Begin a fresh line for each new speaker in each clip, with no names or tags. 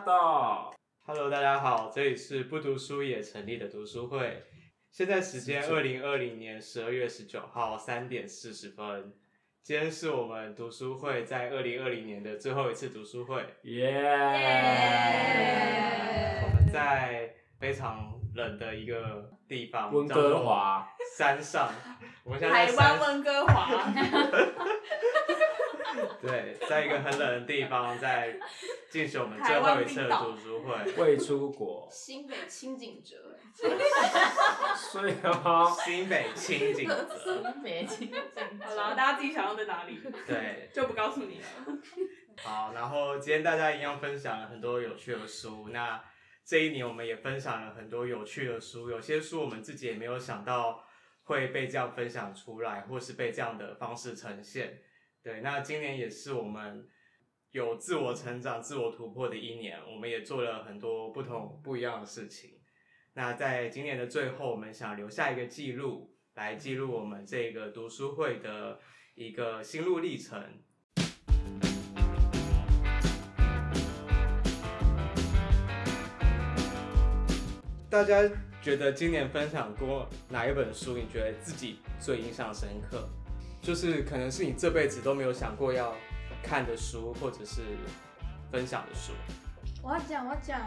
Start！
Hello，大家好，这里是不读书也成立的读书会。现在时间二零二零年十二月十九号三点四十分。今天是我们读书会在二零二零年的最后一次读书会。
耶！
我们在非常冷的一个地方，
温
叫
哥
做
华，
山上。我们现在
台
在
湾
山
温哥华，
对，在一个很冷的地方，在进行我们最
台
后
湾
一次的
冰岛
读书会。
未出国，
新北清景哲，
所以哦，
新北清景泽，
北清景
好了，大家自己想要在哪里，
对，
就不告诉你了。
好，然后今天大家一样分享了很多有趣的书。那这一年我们也分享了很多有趣的书，有些书我们自己也没有想到会被这样分享出来，或是被这样的方式呈现。对，那今年也是我们有自我成长、自我突破的一年，我们也做了很多不同不一样的事情。那在今年的最后，我们想留下一个记录，来记录我们这个读书会的一个心路历程。大家觉得今年分享过哪一本书？你觉得自己最印象深刻？就是可能是你这辈子都没有想过要看的书，或者是分享的书。
我要讲，我要讲，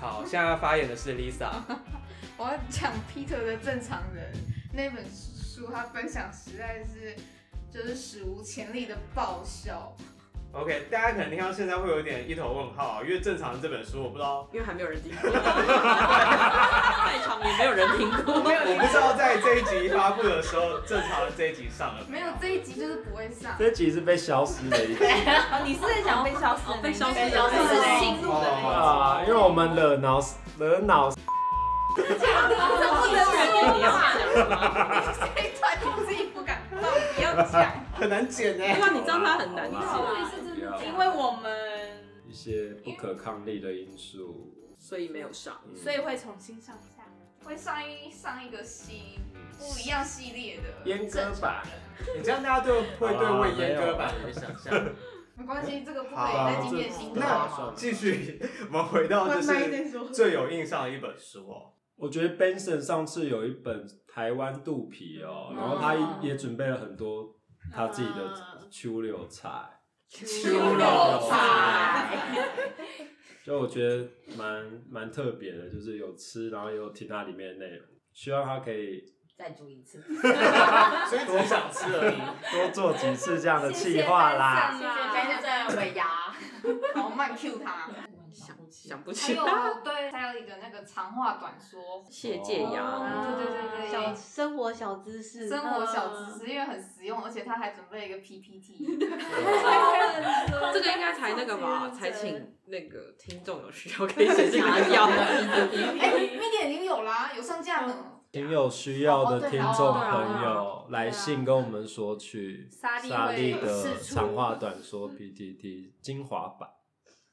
好，现在要发言的是 Lisa。
我要讲 Peter 的正常人那本书，他分享实在是就是史无前例的爆笑。
OK，大家可能听到现在会有点一头问号，因为正常这本书我不知道，
因为还没有人听过，在场也没有人听过。
我不知道在这一集发布的时候，正常的这一集上了
没有这一集就是不会上，
这集是被消失的一集
哦，你是在想被消失的那一个？
被消
哎
失的
消失
那一
的
个
心路的那一个。
哎
啊，因为我们惹恼惹恼，
不能说嘛，
这一段你自己不敢放，不要讲。
很难剪欸呢、
对啊，你知道它很难
好
听，
啦因为我们
一些不可抗力的因素，
所以没有上。
嗯
所以会重新上架。
会上一上一个系不一样系列的
阉割嗯版，
你这样大家对会对
好啦
魏
没
阉
有啊
割版有想象。
没关系，这个不可以
好
在今年新
这不
的
划啊算
吗？
继续，我们回到就是最有印象的一本书哦。
我觉得 Benson 上次有一本台湾肚皮哦，然后他也准备了很多他自己的秋柳菜，
秋
肉
菜
就我觉得蛮蛮特别的，就是有吃，然后也有听它里面的内容，希望他可以
再煮一次。
所以只想吃而已。
多做几
哦
次这样的企划啦。
谢谢
现在尾牙，
好，慢 Q 他。
想想不
还
起
有
来，
对，还有一个那个长话短说，
谢界牙，
对对对对
小生活小知识，
生活小知识，因为很实用，而且他还准备了一个 PPT，
这个应该才哦那个吧，才请那个听众有需要可以写信来要。
哎、m e d i a 已经有啦，有上架了。
请有需要的听众朋友来信跟我们索取
沙利
莎莉
会
的
试出
长话短说 PTT 精华版。
哦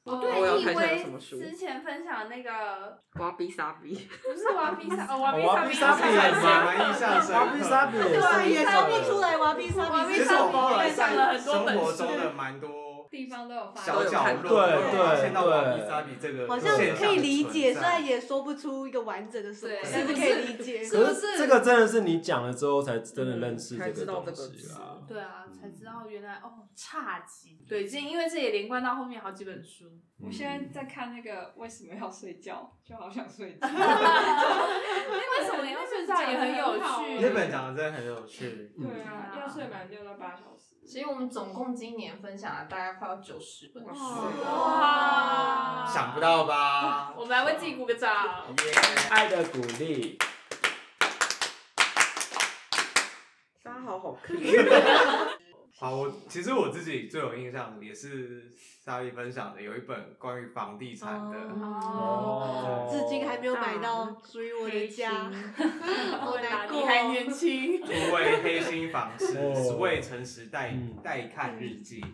我
我要
对，以
看一下有
为
什么书
之前分享那个
瓜逼傻逼，
不 是娃比萨，哦，娃比
哦娃
萨
比
比
萨比也是
蛮印象深刻
哇比莎比也
啊
对，啊
是一
也
种
说不出来哇，比萨比
其
其
实
实
我包
我包
含
含
在
在
生
生
活
活
中
中
的
的
蛮多
地方都有发
小角落，
对对
现到瓦比萨比这个
好像可以理解，
现
虽
象
然
的存在
也说不出一个完整的什么，
对
但是可以理解。
是不
可
是
是这个真的是你讲了之后才真的认识这
嗯才知道
东
这个
西
词
啦。
对啊，才知道原来哦，差级。对，这因为这也连贯到后面好几本书。
嗯
我现在在看那个为什么要睡觉，就好想睡觉。
为什么要睡觉也很有趣？
那本讲的真的很有趣。
对啊
嗯，
要睡满六到八小时。
其实我们总共今年分享了大概快要九十本书，
啊
哇
想不到吧？
我们来为自己鼓个掌。
耶！
爱的鼓励，
大家好好看。
好，我其实我自己最有印象的也是莎莉分享的，有一本关于房地产的。
哦
至今还没有买到属于我的家，好难过
你。还年轻，
因为黑心房事
哦，
只为诚实待
嗯
待看日记，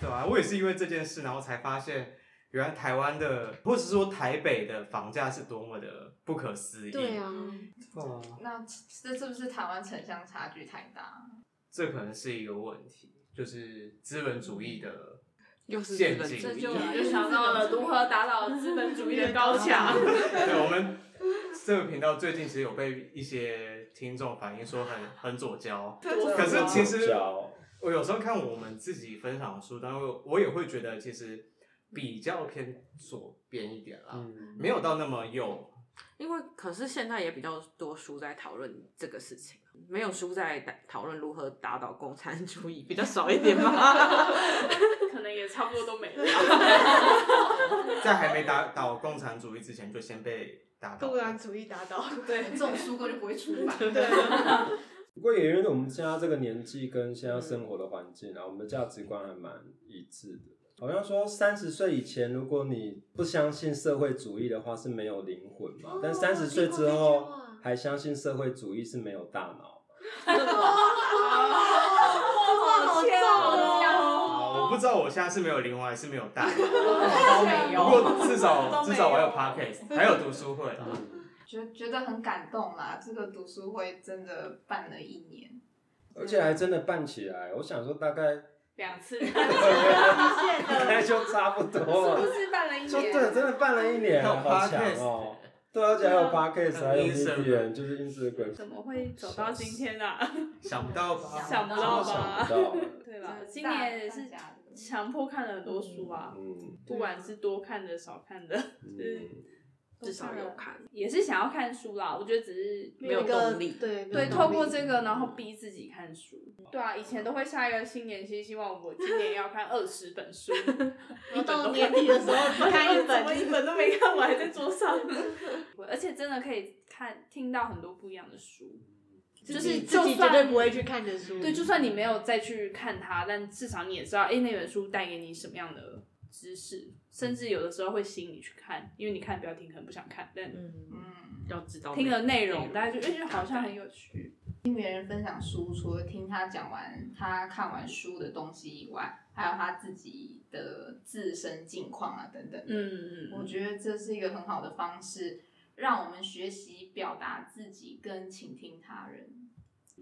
对啊，我也是因为这件事，然后才发现，原来台湾的，或者是说台北的房价是多么的不可思议。
对啊，
对啊，
那这是不是台湾城乡差距太大？
这可能是一个问题，就是资本主义的
又是资本
陷
主
阱
这
义，
就我就想到了如何打倒资本主义的高墙。
对，我们这个频道最近其实有被一些听众反映说很很左交，啊可是其实
交
我有时候看我们自己分享的书，但我我也会觉得其实比较偏左边一点啦，
嗯
没有到那么右。
因为可是现在也比较多书在讨论这个事情，没有书在打讨论如何打倒共产主义，比较少一点 吧。
可能也差不多都没了。
在还没打倒共产主义之前，就先被打倒。
啊
共
啊
产主义打倒，
这种书根本就不会出 版。
啊
不过也因为我们现在这个年纪跟现
嗯
在生活的环境啊，我们的价值观还蛮一致的。好像说三十岁以前，如果你不相信社会主义的话，是没有灵魂嘛。
哦
但三十岁之后还相信社会主义是没有大脑嘛。
好重哦！
好我不知道我现在是没有灵魂还是没有大脑， 啊
都没
不
有。
过至少至少我还有 podcast，还有读书会啦。
觉觉得很感动啦。这个读书会真的办了一年，
啊
而且还真的办起来，我想说大概
两 次，
应该就差不多
是不
了。
是办了一
就
年？
对，真的办了一年，啊
还有
好强
podcast
哦！对，而且还有
啊
podcast，还有
Instagram
VPN，就是 Instagram，
怎么会 走到今天的、啊？
想不到吧？
想不到
想
吧
不？到，
对吧？今年也是强迫看了很多书啊，
嗯
不管是多看的、少看的，
嗯。
至少有
都了
看，
也是想要看书啦。我觉得只是
没有动力
对
对，透过这个，然后逼自己看书。嗯对啊，以前都会下一个新年新希望，我今年要看二十本 书，一本
到
都
年底的时候只看一
我
本，
一本都没看，我还在桌 上。而且真的可以看听到很多不一样的书，
嗯
就是
自
就
己绝
算
对不会去看的书。
对，就算你没有再去看它，但至少你也知道，哎、那本书带给你什么样的知识，甚至有的时候会吸引你去看，因为你看标题可能不想看，但
嗯，
嗯，
要知
哦
道
听了内容，大
大
家就哎、觉得好像很有趣。
听别人分享书，除了听他讲完他看完书的东西以外，还有他自己的自身境况啊等等。
嗯
我觉得这是一个很好的方式，让我们学习表达自己跟倾听他人。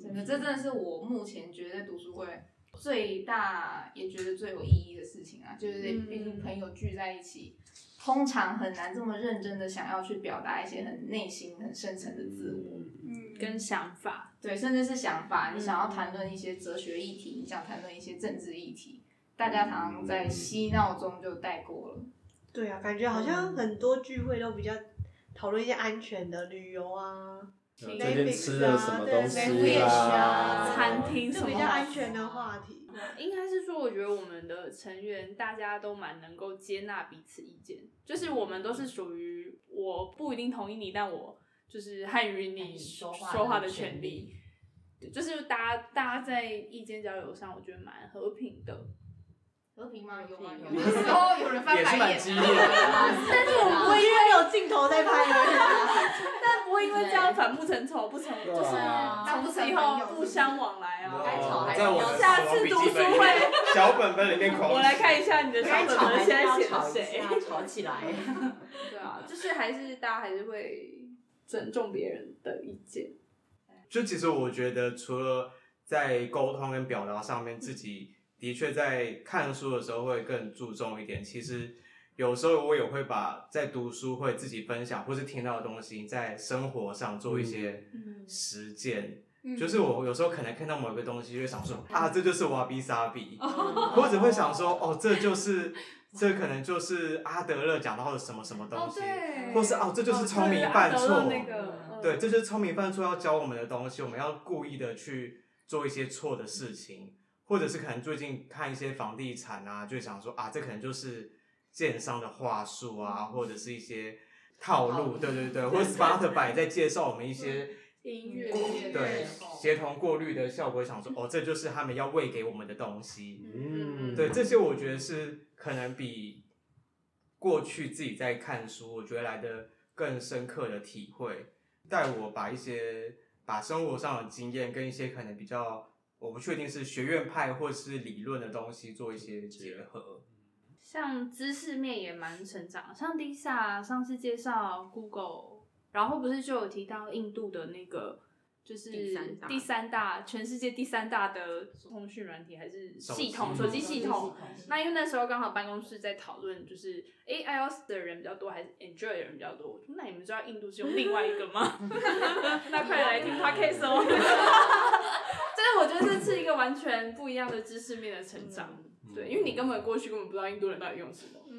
真的，这真的是我目前觉得读书会最大也觉得最有意义的事情啊，就是
嗯
毕竟朋友聚在一起，通常很难这么认真的想要去表达一些很内心、很深层的自我，
嗯跟嗯想法，
对，甚至是想法。你想要谈论一些哲学议题，你想谈论一些政治议题，大家常常
嗯
在嬉闹中就带过了。
对啊，感觉好像很多聚会都比较讨论一些安全的旅游啊，
最近吃了什么东
对
西
Netflix
啦
啊？
餐厅什
就
么嗯
比较安全的话题。
应该是说，我觉得我们的成员大家都蛮能够接纳彼此意见，就是我们都是属于我不一定同意你，但我就是汉语你
说话
说话的
权
权利。。对，就是大家大家在意见交流上，我觉得蛮和平的。
和平吗？有吗？ 有
和平
的时候有人翻
也是
白
蛮
眼，
激烈的，
但是我们不会因为有镜头在拍而
但不会因为这样反目成仇，不成
对
就是
啊
从 此以后不相往来
还
啊。
吵还
在我
吵
的
下
死亡
次
笔
读
记本
书
里
会
面小本本里面狂
我来
写
看一下你的
该
小本
吵
本现
还是
在
要
写
吵
的
一
谁？
下，吵起来。
对啊，就是还是大家还是会尊重别人的意见。
就其实我觉得，除了在沟通跟表达上面，自己的确在看书的时候会更注重一点。其实有时候我也会把在读书会自己分享或是听到的东西，在生活上做一些实践。就是我有时候可能看到某一个东西，就会想说啊，这就是瓦比萨比，或者会想说哦，这就是这可能就是阿德勒讲到的什么什么东西，或是哦，这就是聪明犯错。
哦对那个
对，这就是聪明犯错要教我们的东西，我们要故意的去做一些错的事情，或者是可能最近看一些房地产啊，就想说啊，这可能就是建商的话术啊，或者是一些套路，对对对，或嗯者 Spotify 在介绍我们一些
音乐
对协同过滤的效果，想说哦，这就是他们要喂给我们的东西。
嗯，
对，这些我觉得是可能比过去自己在看书，我觉得来的更深刻的体会，带我把一些把生活上的经验跟一些可能比较我不确定是学院派或是理论的东西做一些结合。
像知识面也蛮成长，像 Lisa 上次介绍 Google，然后不是就有提到印度的那个就是
第三大
第三大全世界第三大的通讯软体还是系统
手
手
机
机系统。
那
那因为那时候刚好办公室在讨论，就是诶 iOS 的人比较多还是 Android 的人比较多？我说那你们知道印度是用另外一个吗？ 那快来听 Podcast 哦！就是我觉得这是一个完全不一样的知识面的成长，
嗯
对，因为你根本过去根本不知道印度人到底用什么。
嗯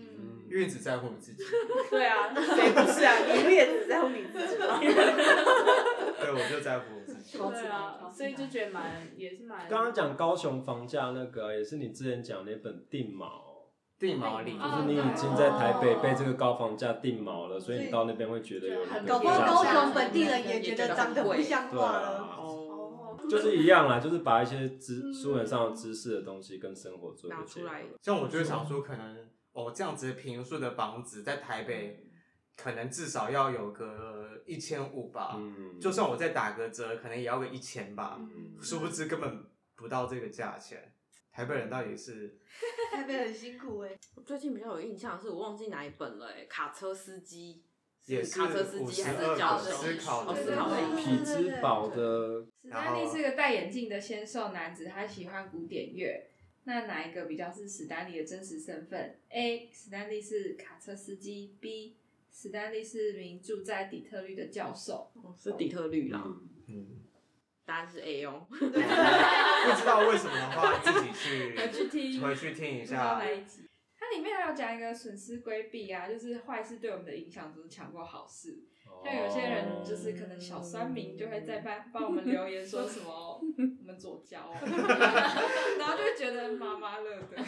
因为只在乎你自己。
对 啊，
谁不是啊？你不也只在乎你自己吗？
对，我就在乎我自 己。
对啊，所以就觉得蛮也是蛮。
刚刚讲高雄房价那个啊，也是你之前讲那本定锚，
定毛啊利
就是
哦
你已经在台北被这个高房价定锚了，所以
所
你
以
到那边会觉得有那
很
个
搞不好
价
高
差
雄本地人也觉得长得不像
对
话了。
啊，
哦，
就是一样啦，就是把一些知书本上的知识的东西跟生活做一个
拿
结
出
合
来。
像我就会想说，可能哦这样子平数的房子在台北，可能至少要有个一千五吧。
嗯，
就算我再打个折，可能也要个一千吧。
嗯
殊不知根本不到这个价钱。台北人到底是
台北很辛苦哎、
我最近比较有印象的是我忘记哪一本了、欸，卡车司机。
也是
卡车司机还是
52
教
个
师
思考
哦
的
思考
对
力
对
匹兹堡的
史丹利是个戴眼镜的纤瘦男子，他喜欢古典乐。那哪一个比较是史丹利的真实身份？A. 史丹利是卡车司机；B. 史丹利是名住在底特律的教授。
是底特律啦，
嗯
嗯，
答案是 A 哦。
不知道为什么的话，自己去
回去听
回去听一
不知道
下
哪。一集？它里面还有讲一个损失规避啊，就是坏事对我们的影响就是强过好事。像有些人就是可能小
哦
酸民就会在帮帮我们留言说什 么我们左交哦， 然后就会觉得妈妈乐的。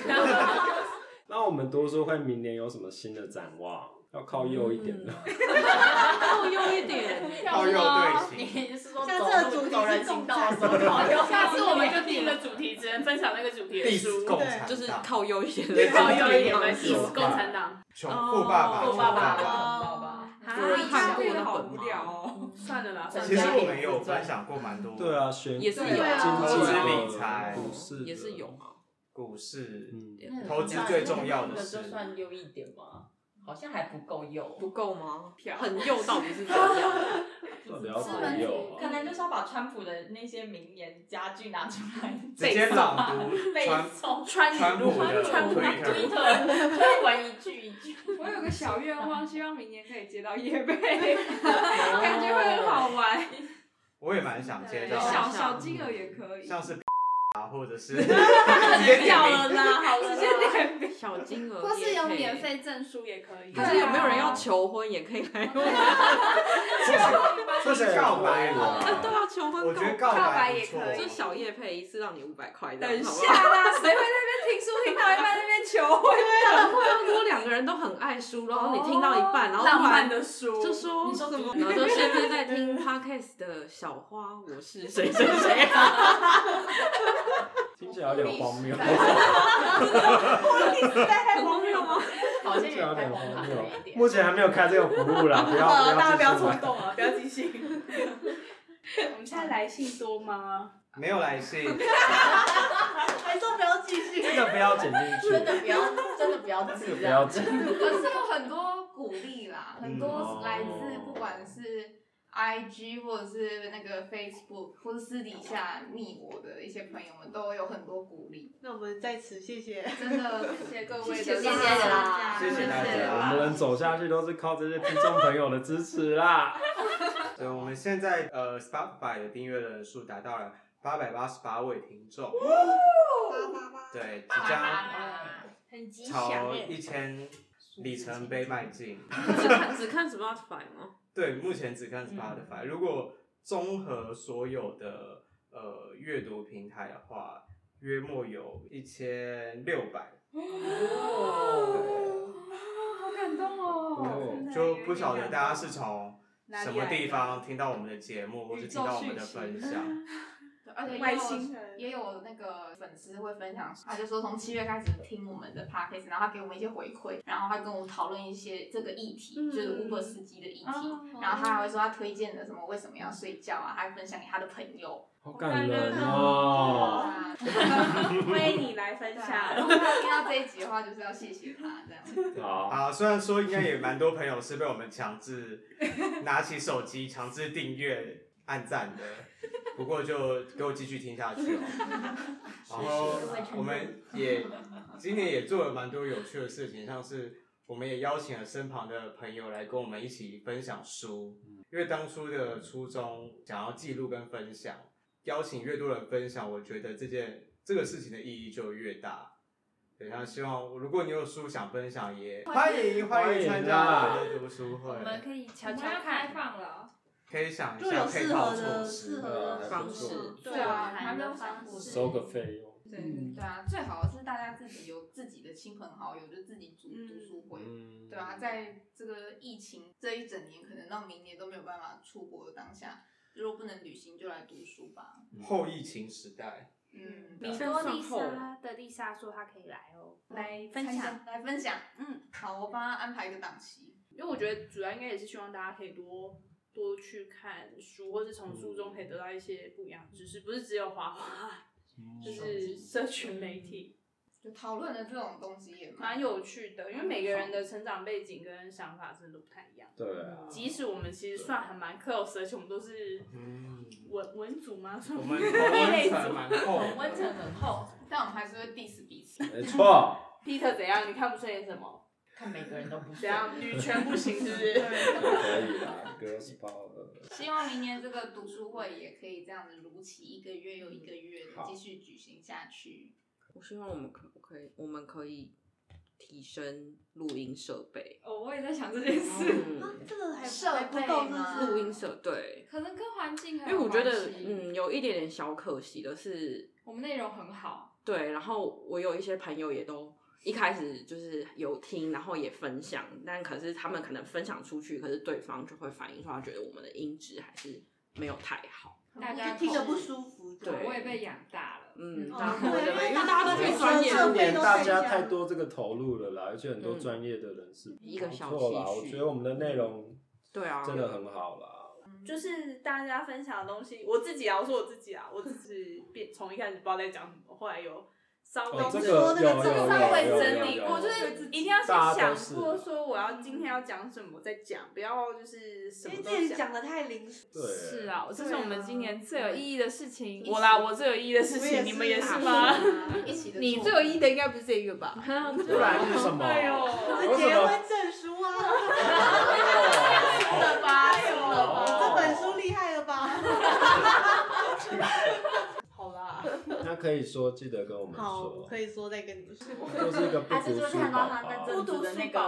那我们读书会明年有什么新的展望？要靠右一点的，
嗯
靠右一点，
靠右队形，
你是说
像这个主题
走人
是
行
动
道
态
的时候考虑？
下次我们 就定一个主题，只能分享那个主题的
历
书
史，共产党，
就是靠右一点
对
的，
靠右一点的
的
历史共产党。
穷富爸爸，
哦
穷爸
富爸
嗯
爸
爸
啊
所以
看过
这个
那
好
本
无
吗
聊哦。
算了啦，
其实我们
们
也有分享过蛮多，
对，啊，选
嗯也是有
经济
对啊
的
投资理财
股市的
也是有，啊。
股市，
嗯，
投资最重要的
那
事
个就算右一点吗？好像还不够右，
不够吗
票？
很右到底是怎样？
到底要
资
怎么
本
右
主
啊？
可能就是要把川普的那些名言佳句拿出来
直接朗读
背
川
诵，
川
川普的
川普
推特
推特推文一 句一句，
我有个小愿望，希望明年可以接到叶贝，感觉会很好玩。
我也蛮想 接
对
到，嗯
小小金额也可以。
像是 啊，或者是直接点
掉
名
了啦，好了啦，小金额
或是有
也可以
免。费证书也可以。
可是有没有人要求婚也可以来问？
这是告白
啊，对
了。
啊，求婚
我觉得
告
告白不
告白也可
就
错，
以
小叶配一次让你五百块，
等
等
下啦，谁会在那边听书听到一半在那边求 婚？
如果两个人都很爱书，然后你听到一半，然后
浪
突
漫哦
然
的书，
就说
你
什
说
么，然后就现在在听 podcast 的小花，我是谁谁谁啊？
听起来有点荒 谬。
很荒谬吗？
好像也太荒唐了一点。
目前还没有开这个服务 啦，不要
呃
不要
大家
继续
不要冲
买
动啊，不要即兴。
我们现在来信多吗？
没有来信，
还说不要继续。
这个不要剪进去，
真的不要，真的不要
这
自
个
己
不
这
要
样。
剪。
可是有很多鼓励啦，很
嗯
多来自不管是 I G 或者是那个 Facebook 或者私底下密我的一些朋友们都有很多鼓励，
那我们在此谢 谢。
真的谢谢各位的，
谢谢
啊
大家
谢谢大
啊我
家
们能走下去都是靠这些听众朋友的支持啦。
对，我们现在呃，Spotify 的订阅人数达到了八百八十八位听众，对，即将
很吉
朝一千里程碑迈进。
只看只看 Spotify 吗？
对，目前只看
嗯
Spotify、如果综合所有的呃阅读平台的话，约莫有一千六百，
哦
好感动哦！真的
就不晓得大家是从
哪里
什
来
么
的
地方听到我们的节目，或是
宇
听
宙
到我们的
讯息
分 享。
啊对而且也有
外星人
也有那个粉丝会分享，他就说从七月开始听我们的 podcast，然后他给我们一些回馈，然后他跟我们讨论一些这个议题，
嗯
就是 Uber 司机的议题，
哦
然后他还会说他推荐的什么为什么要睡觉啊，还分享给他的朋友。
好感人哦！
啊，
欢迎你来分
对
享
啊，。如果他有听到这一集的话，就是要谢谢他这样。
好，
啊，虽然 说应该也蛮多朋友是被我们强制拿起手机强制订阅暗赞的，不过就给我继续听下去 哦。然后我们也今年也做了蛮多有趣的事情，像是我们也邀请了身旁的朋友来跟我们一起分享书，因为当初的初衷想要记录跟分享，邀请越多人分享，我觉得这件这个事情的意义就越大。对，然后希望如果你有书想分享，也欢迎欢迎啊参加我们的读书会
我，们可以
我
瞧
们
瞧
要开
看，
放了，
可以想一
如果
下
有
配
适
套
合
措
的、
施
适合
还不
呃
的
方
错
式，
对啊，他们
方
方式
收个费用。
对，
嗯
对啊，最好是大家自己有自己的亲朋好友，就自己组读书会。
嗯，
对啊，在这个疫情这一整年，可能到明年都没有办法出国的当下，如果不能旅行，就来读书吧。
后疫情时代，
嗯，
米多丽莎的丽莎说她可以来哦，
嗯
来
分
参加
享，
来分享。
嗯，
好，我帮他安排一个档期。
因为我觉得主要应该也是希望大家可以多多去看书，或是从书中可以得到一些不一样的知识，不是只有画画，就是社群媒体，
就讨论的这种东西
嗯
也
蛮有趣的。因为每个人的成长背景跟想法真的都不太一样，
对啊，
即使我们其实算还蛮 close，而且我们都是
嗯，
文文组吗？算
我
嗯
们同
异
温
类
层
组。
蛮厚的，
温层很厚，
但我们还是会 diss 彼 此。
没错，
Peter 怎样？你看不顺眼什么？
看每个人都不
怎样？女权不行是不是？
可以啦，Girls Power。
希望明年这个读书会也可以这样子如期一个月又一个月的
好
继续举行下去。
我希望我们可不可以，我们可以提升录音设备，
哦，我也在想这件事，
啊
嗯，，
这个还
设
还不够，
备
是
吗
不
录
是？
音设对，
可能跟环境
因
很
为
有
我觉得
关系，
嗯有一点点小可惜的是，
我们内容很好，
对，然后我有一些朋友也都一开始就是有听，然后也分享，但可是他们可能分享出去，可是对方就会反映说他觉得我们的音质还是没有太好，
大家
就听着
口
不舒服。
对
我也被养大了，
嗯，
哦
然后
对
我
因
认
为
为因为
大
大家都
家
去
都
专业
设
这
路
备
年
都
大
在
家
家
太多这个投入了啦，而且很多
嗯
专业的人士，
一个小
不错啦，
期
我
许
觉得我们的内容
对啊，
真的很好啦。
就是大家分享的东西，我自己啊，我说我自己啊，我自己变从一开始不知道在讲什么，后来有稍微、
哦，这
整
个
理
有有
这个这个
有
稍微
有
整
有
理
有
过，
有
就是一定要
大
先
家都
想
是
过说我要今天要讲什么再讲，不要就是什
因为
么
自
都
己
讲。
讲的太零碎。
对，
是啊，这是我们今年最有意义的事情。
对啊
我啦，我最有意义的事
我也
情，
是
你们也 是
啊
吗？
一起的，
你最有意义的应该不是这个吧？
不然是什么？
哎呦，
是结婚证书啊！
哎
哦
输了吧？输了吧？
这本书厉害了吧？
好啦，
那可以说记得跟我们
好，我
说
可，以说再跟你们说。
就是一个不
还是
读
就
书
看到
宝
他那
宝。
阵子的那个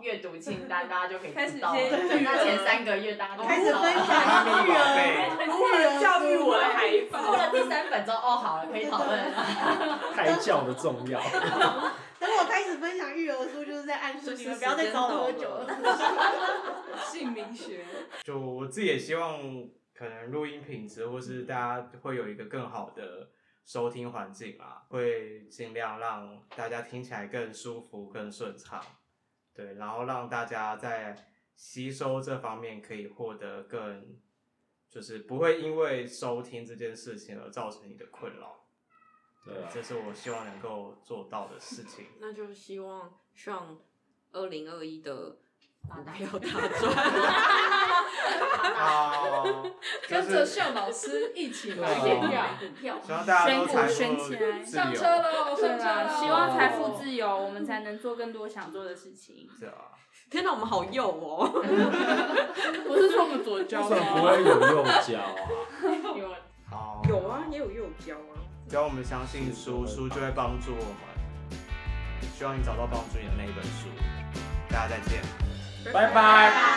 阅读清单，大家就可以知道了。
开始先
对那前三个月大家就
开始分享
妈
育
咪宝贝
儿，。
如何教育我的孩
过
子？
了第三本之后，哦，好了，可以讨论了。
胎教的重要，
等我开始分享育儿书，就是在暗示你们不要再找我喝酒了。
姓名学，
就我自己也希望，可能录音品质或是大家会有一个更好的收听环境啊，会尽量让大家听起来更舒服、更顺畅，对，然后让大家在吸收这方面可以获得更，就是不会因为收听这件事情而造成你的困扰，
对啊
这是我希望能够做到的事 情。
那就希望上二零二一的
大
股
大
票大赚，
啊，就
跟着
是
秀老师一起
买
买
股
股
票
票，
股票，
希望大家都财富
选股选起来
自
上
由
车喽，
对
上车
啊，
喽！
希望财富自由，我们才能做更多想做的事情。
对啊
天哪，我们好幼哦！
我是说我们左
为
交
什么不会有幼教啊？
有
好，
有啊，也有幼教啊。
只要我们相信书，书就会帮助我们。希望你找到帮助你的那一本书。大家再见。
拜拜。